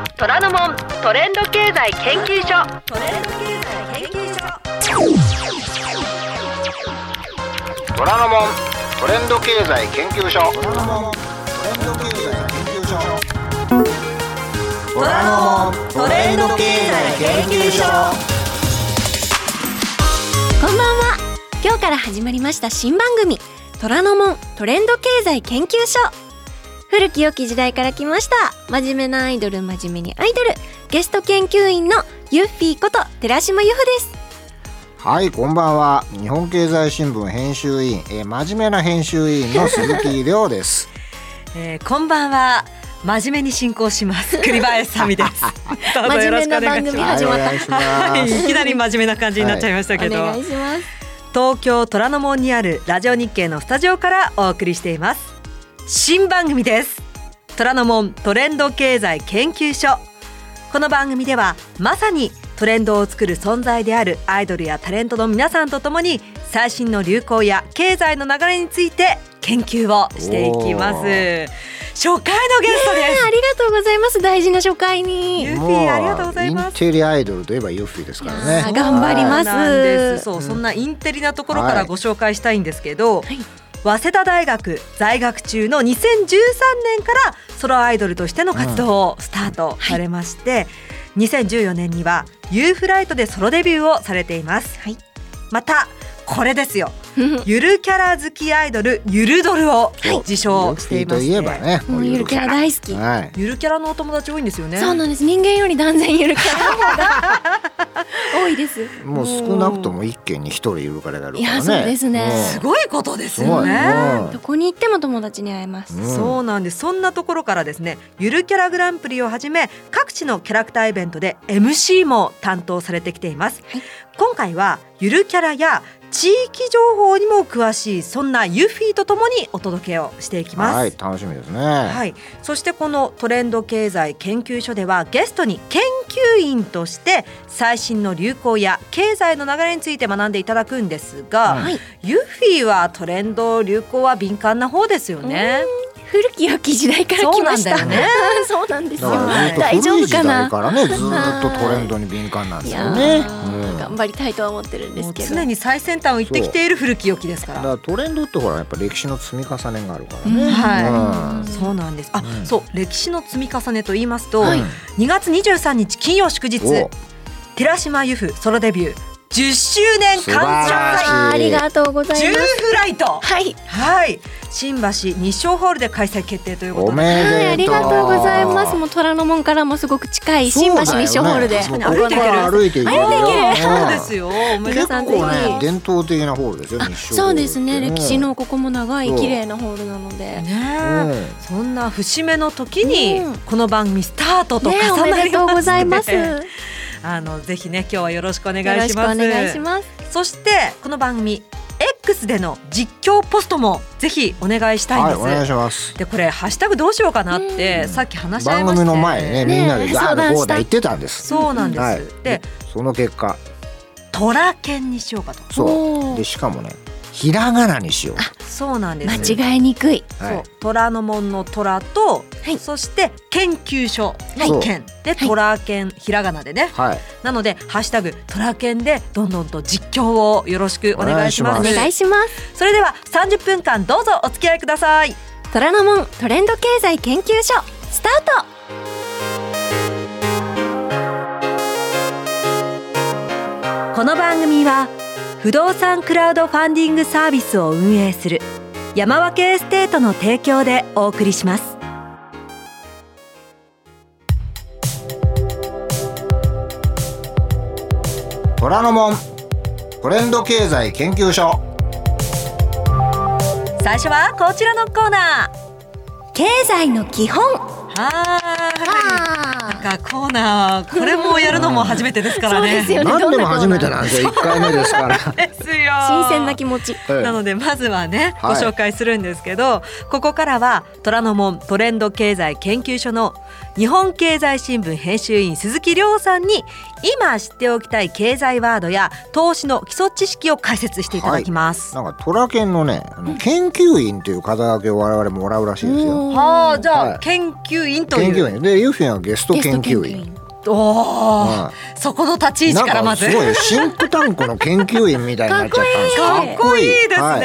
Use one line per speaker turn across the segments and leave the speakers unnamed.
本トレンド経済研究所
トレンド経済研究所
虎ノ門トレンド経済研究所
虎ノ門トレンド経済研究所
こんばんは今日から始まりました新番組虎ノ門トレンド経済研究所古き良き時代から来ました真面目なアイドル真面目にアイドルゲスト研究員のユッフィーこと寺島由布です
はいこんばんは日本経済新聞編集委員、えー真面目な編集委員の鈴木亮です
えー、こんばんは真面目に進行します 栗林さみですどうぞよろしくお願いし
真面目な番組
ま
はい
す
始
お
まった
願いしま
はい
す
いきなり真面目な感じになっちゃいました
お
けど、
願いします
東京虎ノ門にあるラジオ日経のスタジオからお送りしています新番組です虎ノ門トレンド経済研究所この番組ではまさにトレンドを作る存在であるアイドルやタレントの皆さんとともに最新の流行や経済の流れについて研究をしていきます初回の
おー
ゲストです、
ありがとうございます大事な初回に
ユーフィーありがとうござい
イ
ま
ン
す
テリアアイドルといえばユッフィーですから
いや
ね
ー頑張ります
そうなんですそう、
うん
そんなインテリなところからご紹介したいんですけど、
はい
早稲田大学在学中の2013年からソロアイドルとしての活動をスタートされまして、2014年には U フライトでソロデビューをされています、
はい
またこれですよゆるキャラ好きアイドルゆるドルを自称していま
ユッフィーと
し
い
て、
えばね
もうゆるキャラ大好き、
はい
ゆるキャラのお友達多いんですよね
そうなんです人間より断然ゆるキャラの方が多 いです
もう少なくとも一軒に一人ゆるからがいるからね
いやそうですね
ん
すごいことです
すご
よ
い
ね
うん
どこに行っても友達に会えます、
うん
そうなんですそんなところからですねゆるキャラグランプリをはじめ各地のキャラクターイベントで MC も担当されてきています、
はい
今回はゆるキャラや地域情報にも詳しいそんなユフィとともにお届けをしていきます、
は
はいい
楽しみですねはい
そしてこのトレンド経済研究所ではゲストに研究員として最新の流行や経済の流れについて学んでいただくんですが、
うん
はい
ユフィはトレンド流行は敏感な方ですよね。
古き良き時代から来ました
そうなんだよね
そうなんです
だ
よ
からずっと
大丈
古い
夫
時
かな
代からねずーっとトレンドに敏感なんで
い
す
や
よ
ー
ね。うん
頑張りたいとは思ってるんで
も
す
う
けど
常に最先端を行ってきている古き良きですか
だ
ら
からトレンドってほらやっぱ歴史の積み重ねがあるからね。
はい
うん
そうなんですあ、
うん
そう歴史の積み重ねと言いますと、
はい
2月23日金曜祝日
お
寺島由布ソロデビュー10周年
素晴
感謝
らしい
祭
あーありがとうござい
10
ます
フライト
はい
はい新橋日照ホールで開催決定というこ
お
とで
めでとう。
はいありがとうございますもう虎ノ門からもすごく近い新橋日照ホールで
そうだ
あ
よねもうここから歩いていけるよ。
そうです
よ。
よおめでと
皆
う
さんぜ
こうね
ひ
伝統的なホールですよ。日照ホー
そう
ルって
ですね歴史のここも長
そ
いう綺麗なホールなので
ね
うん
そんな節目の時に
うん
この番組スタートと
ね
重
おめ
な
で
り
とう
ま
ご
す
ざいます
ね
よ
あのぜひね今日はよろしくお願い
ろし
し
くお
ます。
願いします
そしてこの番組 X での実況ポストもぜひお願いしたいん
は
で
い
す。
お願いします。
でこれハッシュタグどうしようかなっ
う
て
ん
さっき話し合い
番
まして
組の前にね
ね
みんなでガー
相談
ド
した
ゴーダー言ってたんです。
そうなんです。
はい
で
その結果
トラ犬にしようかと。
そ
お
う
ー
でしかもねひらがなにしよ。
そうなんです。
間違いにくいう
そう、
はい
虎の門の虎と、
はい
そして研究所の研、で
はい
虎犬ひらがなでね。
はい
なのでハッシュタグ虎犬でどんどんと実況をよろしくお願いしま
お
す。
お
願
願いします
それでは30分間どうぞお付き合いください。
虎ノ門トレンド経済研究所スタート
この番組は不動産クラウドファンディングサービスを運営する山分けエステートの提供でお送りします
虎ノ門トレンド経済研究所
最初はこちらのコーナ
経済の基本
ーはーい
あ
なんかコー ナーこれもやるのも初めてですからね
そうですよね
何でも
ど
初
んな
め
コ
て
ーナー
なんですよ一回目ですから。
ですよ
新鮮な気持ち
ええ
なのでまずはね、
はい
ご紹介するんですけどここからは虎ノ門トレンド経済研究所の日本経済新聞編集員鈴木亮さんに今知っておきたい経済ワードや投資の基礎知識を解説していただきます。
なんかトラケンのね、あの研究員という肩書きを我々もらうらしいですよ。
はあ、じゃあ、
はい
研究員とい
研
う
究員でユーフィンはゲスト研究員。
おー
は
そこの立ち位置から
な
ま
んか
ず
すごいシンクタンクの研究員みたいになっちゃったんです
かっこいいですね、
は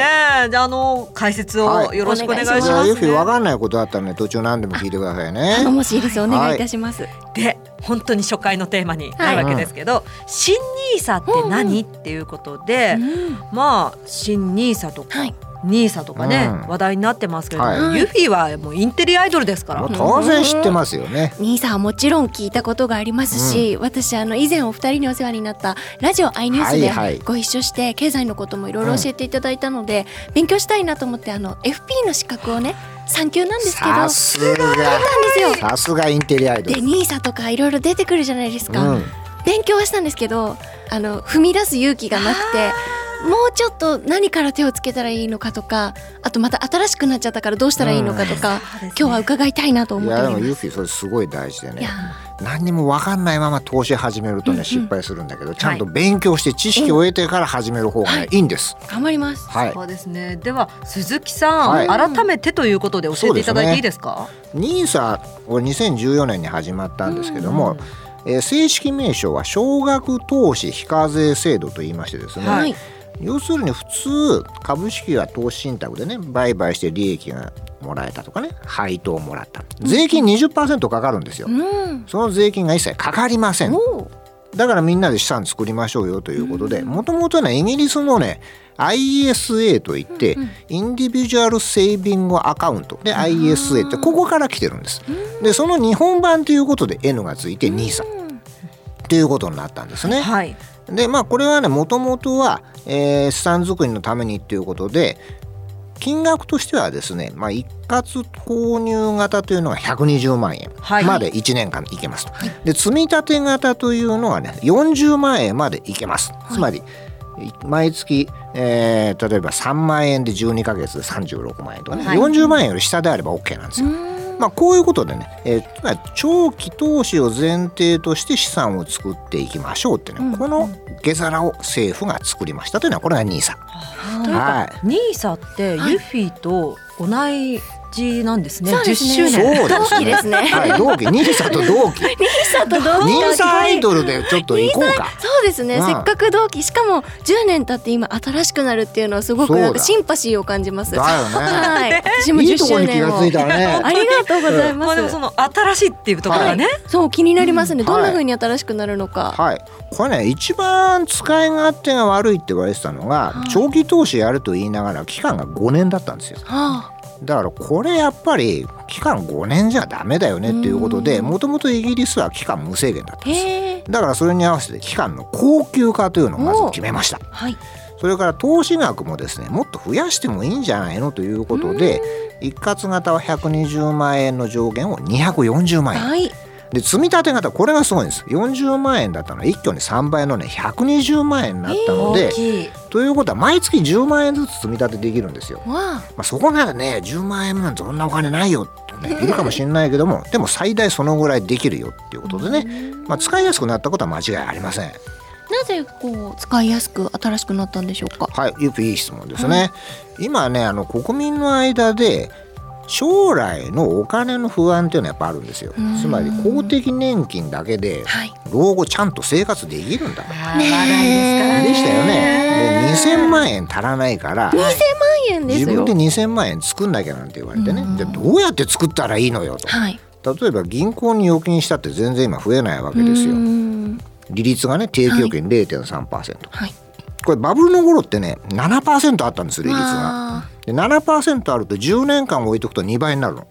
い
じゃああの解説をよろしくお願いし
は
ま
い
す、
じ
ね
ゃあユフィわかんないことあったらね途中何でも聞いてくださいね
頼もしいですお願いいたします、
で本当に初回のテーマになるわけですけど、新ニーサって何、っていうことで、
うん
まあ新ニーサとか、
はい
ニーサとかね、
うん
話題になってますけれども、
はい
ユフィはもうインテリアイドルですから、
もう当然知ってますよね
兄さんはもちろん聞いたことがありますし、私あの以前お二人にお世話になったラジオアイニュースで
はいはい
ご一緒して経済のこともいろいろ教えていただいたので、勉強したいなと思ってあの FP の資格をね3級なんですけど
さすが
なんですよ
さすがインテリアイド
で
ル
ニーサとかいろいろ出てくるじゃないですか、
うん
勉強はしたんですけどあの踏み出す勇気がなくてもうちょっと何から手をつけたらいいのかとかあとまた新しくなっちゃったからどうしたらいいのかとか、
うん
今日は伺いたいなと思
い
って
やで
お
も
り
ユ
ます。
フィそれすごい大事で
い
ね
や
何にも分かんないまま投資始めるとね、失敗するんだけどちゃんと勉強して知識を得てから始める方が、ねい、いんです。
頑張ります。
はい、
そうですねでは鈴木さん、
はい
改めてということで教えていただいていいですか
ニーサこれ2014年に始まったんですけども、えー正式名称は少額投資非課税制度と言いましてですね、
はい
要するに普通株式は投資信託でね売買して利益がもらえたとかね配当をもらった税金20%かかるんですよ、
うん。
その税金が一切かかりません
おう
だからみんなで資産作りましょうよということでもともとねイギリスのね ISA といって、インディビジュアル・セービング・アカウントで ISA ってここから来てるんです。でその日本版ということで N がついて NISA っていうことになったんですね。
はい
でまあこれはねもともとは、えー資産作りのためにっていうことで金額としてはですね、まあ、一括購入型というのが120万円
はい
まで1年間いけますと、で積み立て型というのはね40万円までいけます、つまりい毎月、えー例えば3万円で12ヶ月で36万円とかね、
はい
40万円より下であれば OK なんですよ。まあ、こういうことでね、えーつまり長期投資を前提として資産を作っていきましょうってね、この下皿を政府が作りましたというのはこれが NISA。はい
ニーサってユフィと同じなんですね、
そうで
10
す
周
ね
そう
年
同期ですね
はい、同期、ニーサと同期。
ニーサと同期
ニーサアイドルでちょっと行こうか。
そうですね、
うん
せっかく同期しかも10年経って今新しくなるっていうのはすごくなん
そう
か
だ
シンパシーを感じます
だよね
はい私も
いい
10
とこ
周
に気
年
が
を
ついたね。
ありがとうございます、
まあでもその新しいっていうところがね、
そう気になりますね、
ん
どんな風に新しくなるのか、
はい、これね一番使い勝手が悪いって言われてたのが、長期投資やると言いながら期間が5年だったんですよ
は
だからこれやっぱり期間5年じゃダメだよねっていうことでもともとイギリスは期間無制限だった
あ、へえ
だからそれに合わせて期間の高級化というのをまず決めました
はい
それから投資額もですねもっと増やしてもいいんじゃないのということで一括型は120万円の上限を240万円
はい
で積み立て型これがすごいんです40万円だったのが一挙に3倍のね120万円になったので、
大きい
ということは毎月10万円ずつ積み立てできるんですよ、
わ
まあ、そこならね10万円なんてそんなお金ないよって、ね、いるかもしれないけどもでも最大そのぐらいできるよっていうことでね、まあ、使いやすくなったことは間違いありません
あなぜこう使いやすく新しくなったんでしょうか
はいよくいい質問ですね、今ねあの国民の間で将来のお金の不安っていうのはやっぱあるんですよつまり公的年金だけで
はい
老後ちゃんと生活できるんだ
話題
で
ですからね
したよね。で2000万円足らないから
1000万円です
自
よ
分で2000万円作んなきゃなんて言われてね、でどうやって作ったらいいのよと
はい
例えば銀行に預金したって全然今増えないわけですよ
うーん
利率がね定期預金0.3%、
はい
これバブルの頃ってね7%あったんですよ利率が。
わあ
で7%あると10年間置いとくと2倍になるの。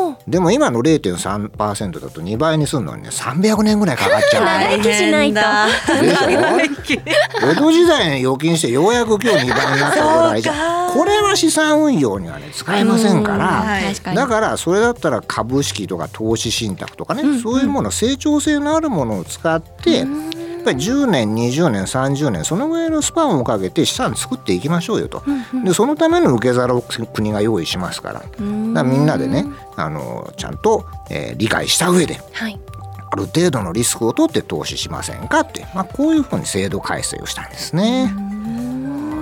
おお
でも今の0.3%だと2倍にするのにね300年ぐらいかかっちゃうの。
長生きしないと
大
でしょ
変だ長生き
江戸時代に預金してようやく今日2倍になったぐらいじゃんこれは資産運用にはね使えませんから、
うんはい
確かに
だからそれだったら株式とか投資信託とかね、そういうもの成長性のあるものを使って、やっぱり10年20年30年そのぐらいのスパンをかけて資産作っていきましょうよと、でそのための受け皿を国が用意しますからだからみんなでねあのちゃんと、えー理解した上で
はい
ある程度のリスクを取って投資しませんかって、まあ、こういうふうに制度改正をしたんですね。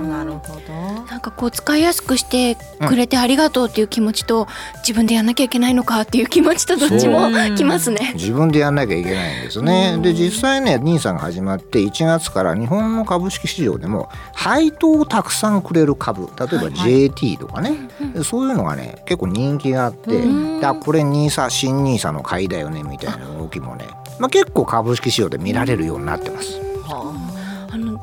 なるほど
なんかこう使いやすくしてくれてありがとうっていう気持ちと、自分でやんなきゃいけないのかっていう気持ちとどっちも
そう
きますね。
自分でやんなきゃいけないんですね。で実際ね NISA が始まって1月から日本の株式市場でも配当をたくさんくれる株例えば JT とかね、そういうのがね結構人気があって、
うん
だこれ NISA 新 NISA の買いだよねみたいな動きもね、まあ、結構株式市場で見られるようになってます。
あの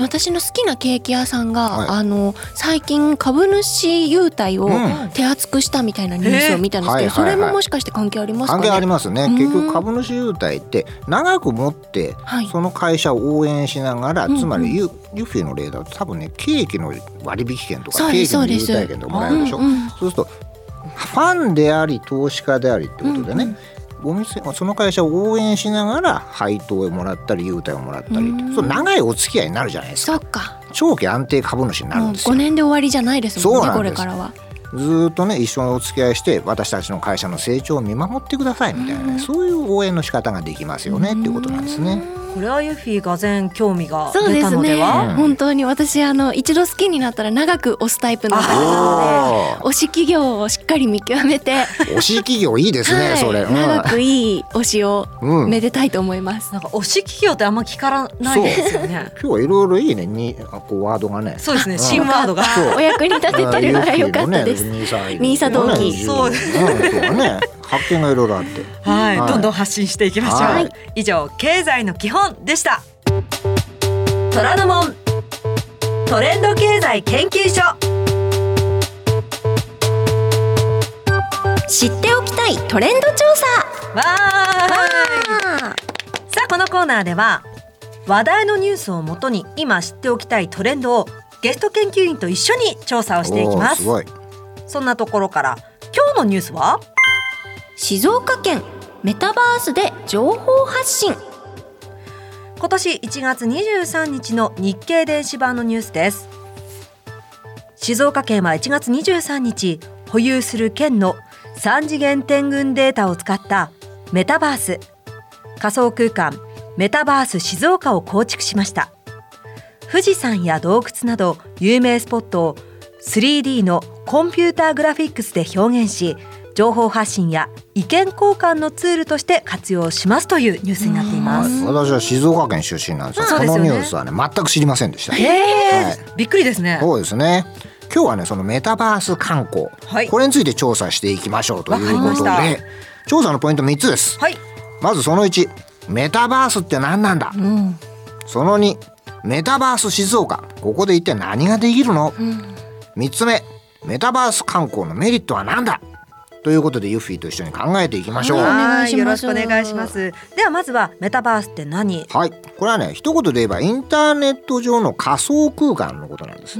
私の好きなケーキ屋さんが、
はい
あの最近株主優待を
うん
手厚くしたみたいなニュースを見たんですけど、
えー
そ
はいは
れ
いはい
ももしかして関係ありますか
関
ね
係ありますね
うん
結局株主優待って長く持って
はい
その会社を応援しながら、
うんうん
つまりユユフィの例だと多分ねケーキの割引券と
そう
かケ
で
ー
す
キの優待券とかもらえるでしょ、
うんうん
そうするとファンであり投資家でありってことでね、お店その会社を応援しながら配当をもらったり優待をもらったりって、
うん
そう長いお付き合いになるじゃないですか
そっか
長期安定株主になる
も
ん
う
です
5
よ
年で終わりじゃないですもん
そう
ね
なんです
これからは
ずーっとね一緒にお付き合いして私たちの会社の成長を見守ってくださいみたいなね、そういう応援の仕方ができますよねっていうことなんですね。
これはユフィが全興味が
そう
出
で
た
す
ので
ね
は
本当に私あの一度好きになったら長く推すタイプの方なので
お
推し企業をしっかり見極めて、
ー推し企業いいですね、
はい
それ。うん
長くいい推しを
うん
めでたいと思います、
なんか推し企業ってあんま聞からないですよね
今日いろいろいいねにあこうワードがね。
そうですね
ん
新ワードが
お役に立ててるならよかったです、
ニーサ
ニーサ同期
そうです
ね。発見がいろいろあって。
はい、
はい
どんどん発信していきましょう、
はい
以上経済の基本でした虎ノ門トレンド経済研究所
知っておきたいトレンド調査
わーいさあこのコーナーでは話題のニュースをもとに今知っておきたいトレンドをゲスト研究員と一緒に調査をしていきま
おー
す
すごい。
そんなところから今日のニュースは
静岡県メタバースで情報発信
今年1月23日の日経電子版のニュースです静岡県は1月23日保有する県の3次元天群データを使ったメタバース仮想空間メタバース静岡を構築しました富士山や洞窟など有名スポットを 3D のコンピューターグラフィックスで表現し情報発信や意見交換のツールとして活用しますというニュースになっています
はい私は静岡県出身なんですよ。
そう
こ
ですよ
の
ね
ニュースはね全く知りませんでした。
えー
はい
びっくりですね。
そうですね。今日はねそのメタバース観光、
はい
これについて調査していきましょうという
わ
こと
かりま
で調査のポイント3つです。
はい。
まずその1メタバースって何なんだ、その2メタバース静岡ここで一体何ができるの、3つ目メタバース観光のメリットは何だということでユッフィーと一緒に考えていきましょう。
お
は
願いします
はよろしくお願いします。ではまずはメタバースって何？
い、これはね一言で言えばインターネット上の仮想空間のことなんです。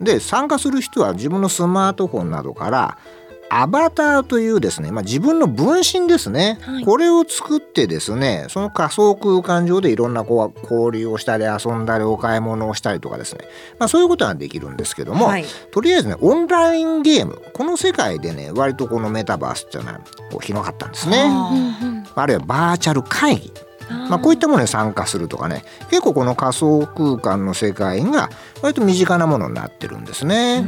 で参加する人は自分のスマートフォンなどからアバターというですね、まあ、自分の分身ですね、
はい
これを作ってですねその仮想空間上でいろんなこう交流をしたり遊んだりお買い物をしたりとかですね、まあ、そういうことができるんですけども、
はい
とりあえずねオンラインゲームこの世界でね割とこのメタバースっていうのはこう広がったんですね。
あ
あるいはバーチャル会議まあ、こういったものに参加するとかね結構この仮想空間の世界が割と身近なものになってるんですね。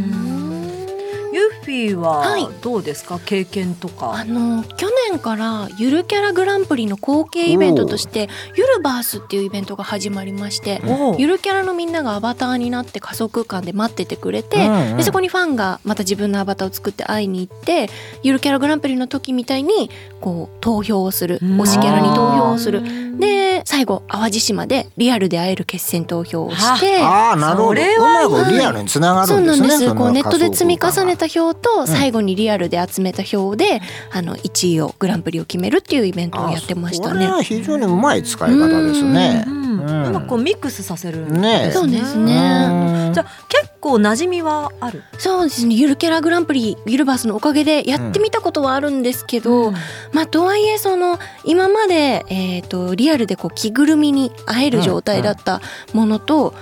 ーユッフィー
はい
はどうですか？経験と
あ
か。
の去年からゆるキャラグランプリの後継イベントとしてゆるバースっていうイベントが始まりまして
おう
ゆるキャラのみんながアバターになって仮想空間で待っててくれて、
うんうん
でそこにファンがまた自分のアバターを作って会いに行ってゆるキャラグランプリの時みたいにこう投票をする
うん
推しキャラに投票をするで最後淡路島でリアルで会える決選投票をして。
ああなるほ
そ
ど。
れ
う
はいい
まくリアルにつなが
そ
る
うん
で
なん
す
で
ね。
す。こう
の
ネットで積み重ね
仮想
た票と
ん
最後にリアルで集めた票で、あの1位をグランプリを決めるっていうイベントを
空間が
やってました
あそれは
ね。
非常にうまい使い方ですね
う。ん。
うん
今こうミックスさせるん
ねえ
そうです
う
ね。
ん
じゃあ結構馴染みはある。
そうですね。ゆるキャラグランプリユルバースのおかげでやってみたことはあるんですけど、まあとはいえその今までえっ、とリアルでこう着ぐるみに会える状態だったものと。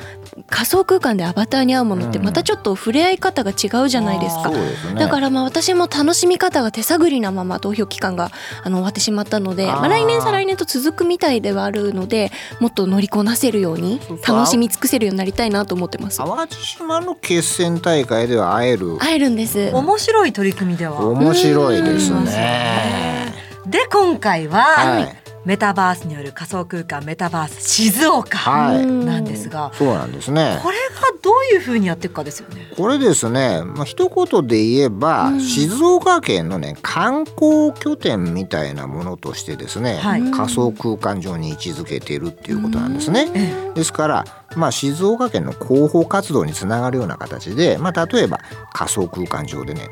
仮想空間でアバターに会うものって
うん
またちょっと触れ合い方が違うじゃないですか
そう。ですね
だからまあ私も楽しみ方が手探りなまま投票期間があの終わってしまったので
あー
まあ、来年再来年と続くみたいではあるのでもっと乗りこなせるように
そうそう
楽しみ尽くせるようになりたいなと思ってます。
淡路島の決戦大会では会える
会えるんです。
面白い取り組みでは
面白いです
うん
ね。
で今回は、
はい
メタバースによる仮想空間メタバース静岡
は
う
い、
ん
なんですが、
そうなんですね。
これがどういう風にやっていくかですよね
これですね、まあ、一言で言えば、
うん
静岡県のね観光拠点みたいなものとしてですね、
はい
仮想空間上に位置づけているっていうことなんですね。
え
ですから、まあ、静岡県の広報活動につながるような形で、まあ、例えば仮想空間上でね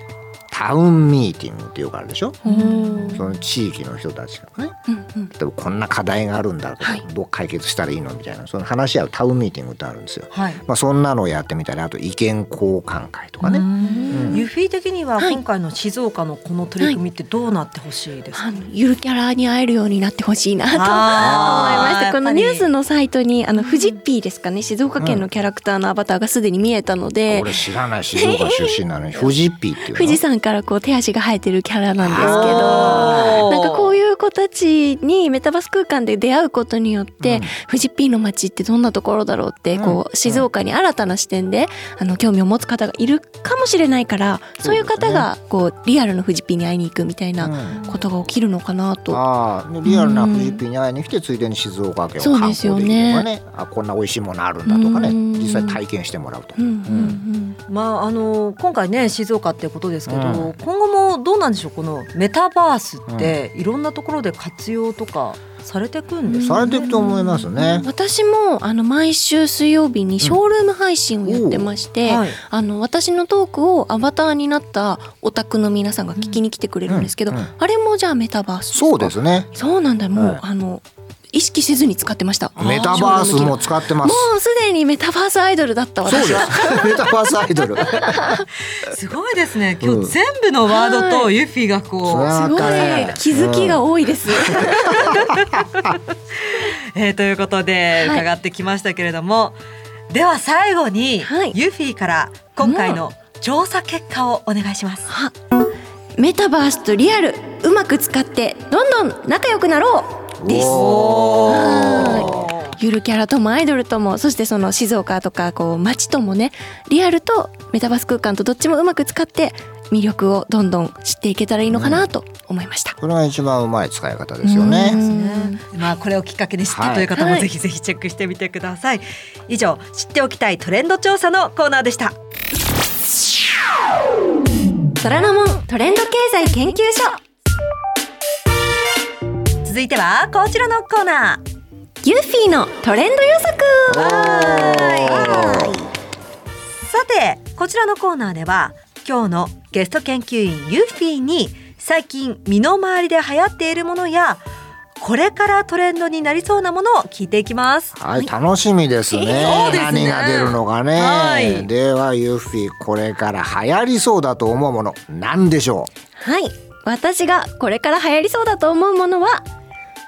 タウンミーティングってよくあるでしょ
うんうん
その地域の人たちがね
うん
例えばこんな課題があるんだとか、
はい
どう解決したらいいのみたいなその話し合うタウンミーティングってあるんですよ。
はい
まあ、そんなのをやってみたりあと意見交換会とかね、
うん
うん
ユフィ的には
はい
今回の静岡のこの取り組みってどうなってほしいですか、
あのゆるキャラに会えるようになってほしいなと思い
あー
ましたこのニュース
やっ
のサイトにあのフジッピーですかね静岡県のキャラクターのアバターがすでに見えたので
俺知らない静岡出身なのに富士ピーっていうの
富士山からこう手足が生えてるキャラなんですけ
あー
どなんかこういう子たちにメタバース空間で出会うことによって、富士ピーの街ってどんなところだろうって
うん
こう静岡に新たな視点であの興味を持つ方がいるかもしれないからそういう方がこうリアルの富士ピーに会いに行くみたいな
うん
ことが起きるのかなと。
ああでリアルな富士ピーに会いに来てついでに静岡県を観光できるとかねあこんな美味しいものあるんだとかね
うん
実際体験してもらうと、
うんうん
ぱりまああの今回ね静岡ってことですけど、
うん
今後もどうなんでしょうこのメタバースっていろんなところで活用とかされていくんです
さ
か
れ
ね、
ていくと思います
う
ね
ん、。私もあの毎週水曜日にショールーム配信をやってまして、
はい、
あの私のトークをアバターになったオタクの皆さんが聞きに来てくれるんですけど、
うんうん
あれもじゃあメタバース
そうです
か
すね
そうなんだもう、
はい
あの意識せずに使ってました
メタバースも使ってま
も
す
うすでにメタバースアイドルだった
そ
私
うです
は
メタバースアイドル
すごいですね
う
今
ん
日全部のワードと
はい
ユフィがこう、
それは
すごい気づきが多いです、
えーということで
はい
伺ってきましたけれども、では最後に、
はい
ユフィから今回の調査結果をお願いします。
あメタバースとリアルうまく使ってどんどん仲良くなろうです
お
はゆるキャラともアイドルともそしてその静岡とかこう街ともねリアルとメタバース空間とどっちもうまく使って魅力をどんどん知っていけたらいいのかなと思いました。
これが一番うまい使い方ですよね、
うん
まあこれをきっかけに知った
はい
という方も
はい
ぜひぜひチェックしてみてください、以上知っておきたいトレンド調査のコーナーでした
虎ノ門トレンド経済研究所
続いてはこちらのコーナー
ユーフィーのトレンド予測
は
さてこちらのコーナーでは今日のゲスト研究員ユーフィーに最近身の回りで流行っているものやこれからトレンドになりそうなものを聞いていきます
い、楽しみですね。
そうですね
何が出るのか
はい
ね。では、ユーフィー、これから流行りそうだと思うもの、なんでしょ
はい私がこれから流行りそうだと思うものは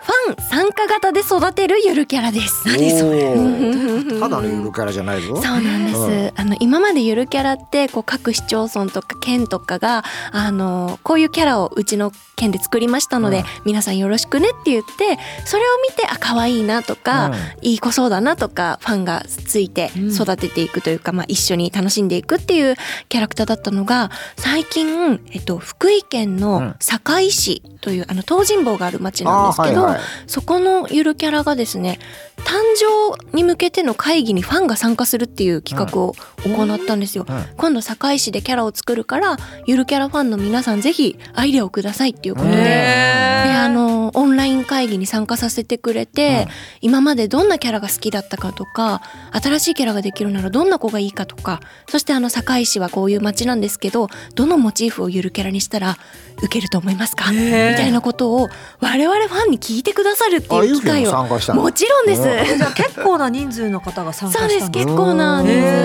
ファン参加型で育てるゆるキャラです。
う。それ
ん
ただのゆるキャラじゃない
そ
ぞ。
うなんです、
うん
あの今までゆるキャラってこう各市町村とか県とかがあのこういうキャラをうちの県で作りましたので、
うん
皆さんよろしくねって言ってそれを見てあ可愛いなとか、いい子そうだなとかファンがついて
うん
育てていくというか、まあ、一緒に楽しんでいくっていうキャラクターだったのが最近、えっと、福井県の堺市という、あの東尋坊がある町なんですけど、
い。
そこのゆるキャラがですね誕生に向けての会議にファンが参加するっていう企画を行ったんですよ、
うん
今度堺市でキャラを作るからゆるキャラファンの皆さんぜひアイデアをくださいっていうことで,、
へ
で
へー
あのオンライン会議に参加させてくれて、
うん
今までどんなキャラが好きだったかとか新しいキャラができるならどんな子がいいかとかそしてあの堺市はこういう街なんですけどどのモチーフをゆるキャラにしたら受けると思いますかみ
へえ
たいなことを我々ファンに聞いてくださるって
ああい
いうう
ふ
機
う
会
にも
を
参加したの
もちろんです。
じゃあ結構な人数の方が参加
そう
し
で
た
す
ん
結構な人数
へー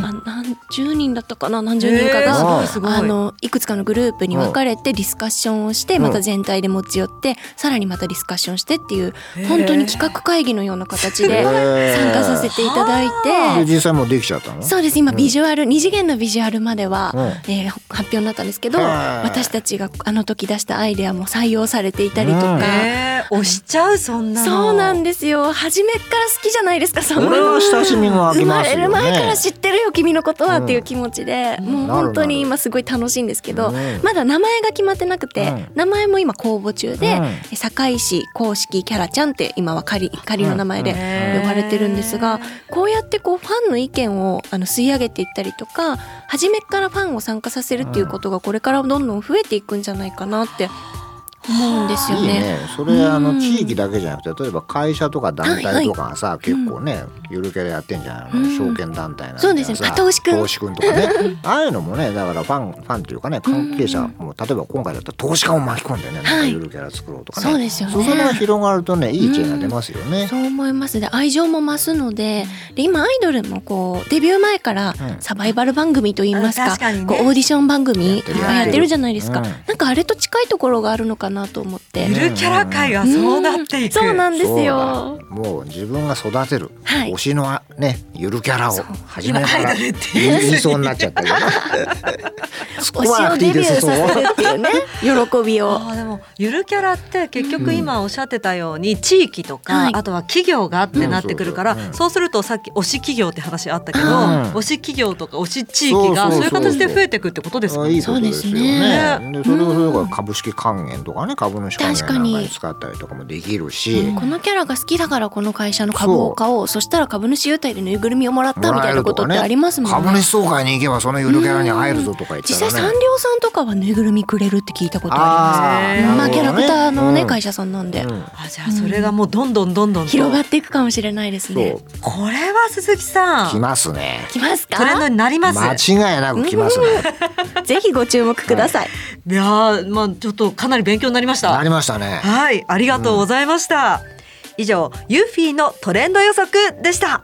のあ何十人だったかな何十人か
えー
が、
すごいす
あ
ごい。
のいくつかのグループに分かれてディスカッションをして、
うん
また全体で持ち寄ってさらにまたディスカッションしてっていう本当に企画会議のような形で参加させていただい
で
て。
実際もうできちゃったの
そうです今ビジュアル、二次元のビジュアルまでは、
うん
えー発表になったんですけど
へー
私たちがあの時出したアイデアも採用されていたりと
う
か
ん、
えー、押しちゃうそんなの。
そうなんですよ初めから好きじゃないですかそんな
これは親しみが湧き
生ま
ます
れ
よね
る前から知ってるよ君のことは
うん
っていう気持ちで、
うん
もう
なる
本当に今すごい楽しいんですけど、
うん
まだ名前が決まってなくて、
うん
名前も今公募中で、
うん
え堺市公式キャラちゃんって今は仮仮の名前で
へー
呼ばれてるんですが、こうやってこうファンの意見をあの吸い上げていったりとか初めからファンを参加させるっていうことがこれからどんどん増えていくんじゃないかなって思うんですよ
いい
ね。
ねそれあ
う
の
ん
地域だけじゃなくて例えば会社とか団体とかがさ、結構ねゆるキャラやってんじゃないの、
うん
証券団体なんて
そうですね
さ
投資君
投資君と かねああいうのもねだからファンファンというかね関係者、
うん
もう例えば今回だったら投資家を巻き込んでねなんか
はい
ゆるキャラ作ろうとかね、
そうですよね。
そこが広がるとねいい知恵が出ますよね。
そう思いますで愛情も増すのでで今アイドルもこうデビュー前から
うん
サバイバル番組といいます
うん
か,、
確かにね
こうオーディション番組や
やっ
ってて
る
る
やってる
じゃないですか、
うん
なんかあれと近いところがあるのかなと思って
ゆるキャラ界がそうなっていく。
うんそうなんです
そう
よ
だもう自分が育てる、
はい
推しのあねゆるキャラを
そう
初
今
め
ア
から
イドルっていう
言いそうになっちゃったけどね
推しをデビューさせるっていうね喜びを
あーでもゆるキャラって結局今おっしゃってたように地域とか、
はい
あとは企業がってなってくるから、
うんそうそううん
そうするとさっき推し企業って話あったけど、
うん
推し企業とか推し地域が
そ
そうういう
そ
う
そう
形で増えてくってことですか
あいいことですよね。
そうですね
そでそれをそれから株式還元とかね株主還元なんかに使ったりとかもできるし、
このキャラが好きだからこの会社の株を買おうそしたら株主優待でぬいぐるみをもらったみたいなことってありますもんね
株主総会に行けばそのゆるキャラに入るぞとか言ったらね。
実際サンリオさんとかはぬいぐるみくれるって聞いたことあ
あ
り
ー
ますま
な
あ
る
キャラクターのね、会
社
社さんなんで、
あじゃあそれがもうどんどんどんどんと
広がっていくかもしれないですね
そう
これは鈴木さ
来
ん
ますね。
きます
トレンド
か
になります
間違いなく来ますね。
ぜひご注目ください、
いやーまあちょっとかなり勉強になりました
なりましたね。
はい、ありがとうございました。以上、ユーフィーのトレンド予測でした。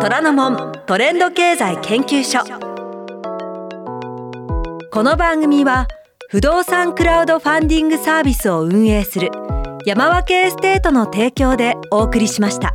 虎ノ門トレンド経済研究所。この番組は不動産クラウドファンディングサービスを運営する山分けエステートの提供でお送りしました。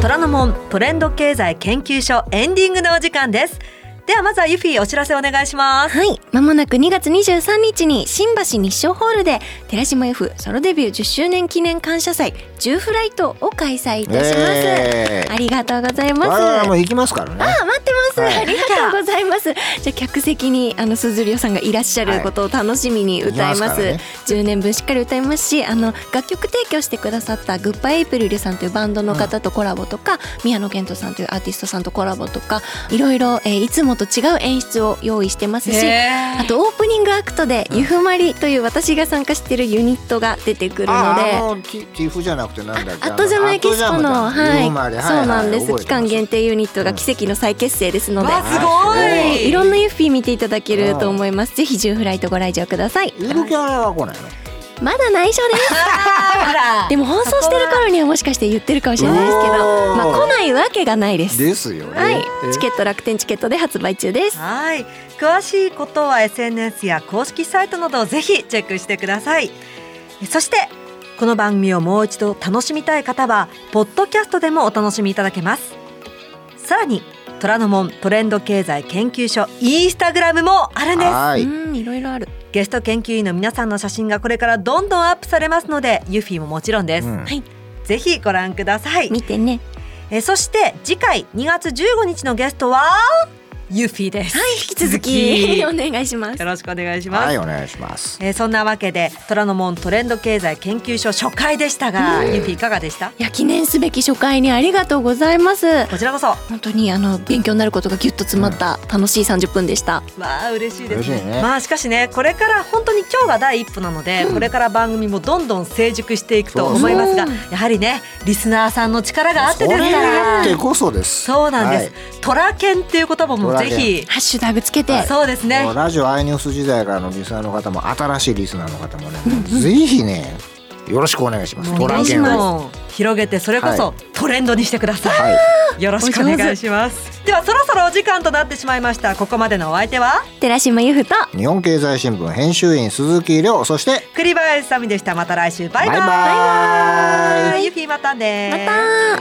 虎ノ門トレンド経済研究所エンディングのお時間です。ではまずはユフィお知らせお願いします。
はいまもなく2月23日に新橋日照ホールで寺島 F ソロデビュー10周年記念感謝祭10フライトを開催いたします、
ええ
ありがとうございます
我々も行きますからね。
あ待ってます、
はい
ありがとうございますじゃあ客席にあの鈴涼さんがいらっしゃることを楽しみに歌います,、
はい行きますからね
10年分しっかり歌いますしあの楽曲提供してくださったグッバイエイプリルさんというバンドの方とコラボとか、宮野健人さんというアーティストさんとコラボとかいろいろ、えーいつもと違う演出を用意してますしあとオープニングアクトで「ゆふまり」という私が参加しているユニットが出てくるので。
ああのティティフじゃなくてなんだっけ。
アットジャムエキスポの、
アット
は
ジ
い、
ャムだルームあれ
そうなんです。期間限
定。
定ユニットが奇跡の再結成ですので、
わすごい。
いろんなユッフィー見ていただけると思います。ぜひジューフライトご来場ください。
ゆるキャラは来ないの。
まだ内緒です。
ほら
でも放送してる頃にはもしかして言ってるかもしれないですけど、
おー
まあ来ないわけがないです。
ですよね。
はい
ええ、
チケット楽天チケットで発売中です。
はい、詳しいことは SNS や公式サイトなどをぜひチェックしてください。そしてこの番組をもう一度楽しみたい方はポッドキャストでもお楽しみいただけます。さらに虎ノ門トレンド経済研究所インスタグラムもあるんです。
はい。
うん、いろいろある。
ゲスト研究員の皆さんの写真がこれからどんどんアップされますのでユフィももちろんです、
うん
はい
ぜひご覧ください
見てね。
えーそして次回2月15日のゲストはユフィです。
はい、引き続き
よ
お願いします。
ろしくお願いします。
はいお願いします
えーそんなわけで虎ノ門トレンド経済研究所初回でしたが、
うん
ユフィいかがでした？
いや記念すべき初回にありがとうございます。
こちらこそ。わ
本当にあの勉強になることがギュッと詰まった楽しい30分でした。
あ嬉しいです
嬉しいね
まあしかしねこれから本当に今日が第一歩なので、これから番組もどんどん成熟していくと思いますが
そう
やはりねリスナーさんの力があって
そ
ですか
れがあ
ら
ってこそです
そうなんです、トラケンっていう言葉もぜひ
ハッシュタグつけて、
そうです
はい
ね
もうラジオアイニュース時代からのリスナーの方も新しいリスナーの方もね、ぜひねよろしくお願いします
もう
トランケン
どん
を
どん広げてそれこそ
は
トレンドにしてください、
はい
よろしくお願いしますではそろそろお時間となってしまいましたここまでのお相手は
寺島由布と
日本経済新聞編集員鈴木亮そして
栗林さみでしたまた来週バイバイ
バイバイ
ユキまたね
また。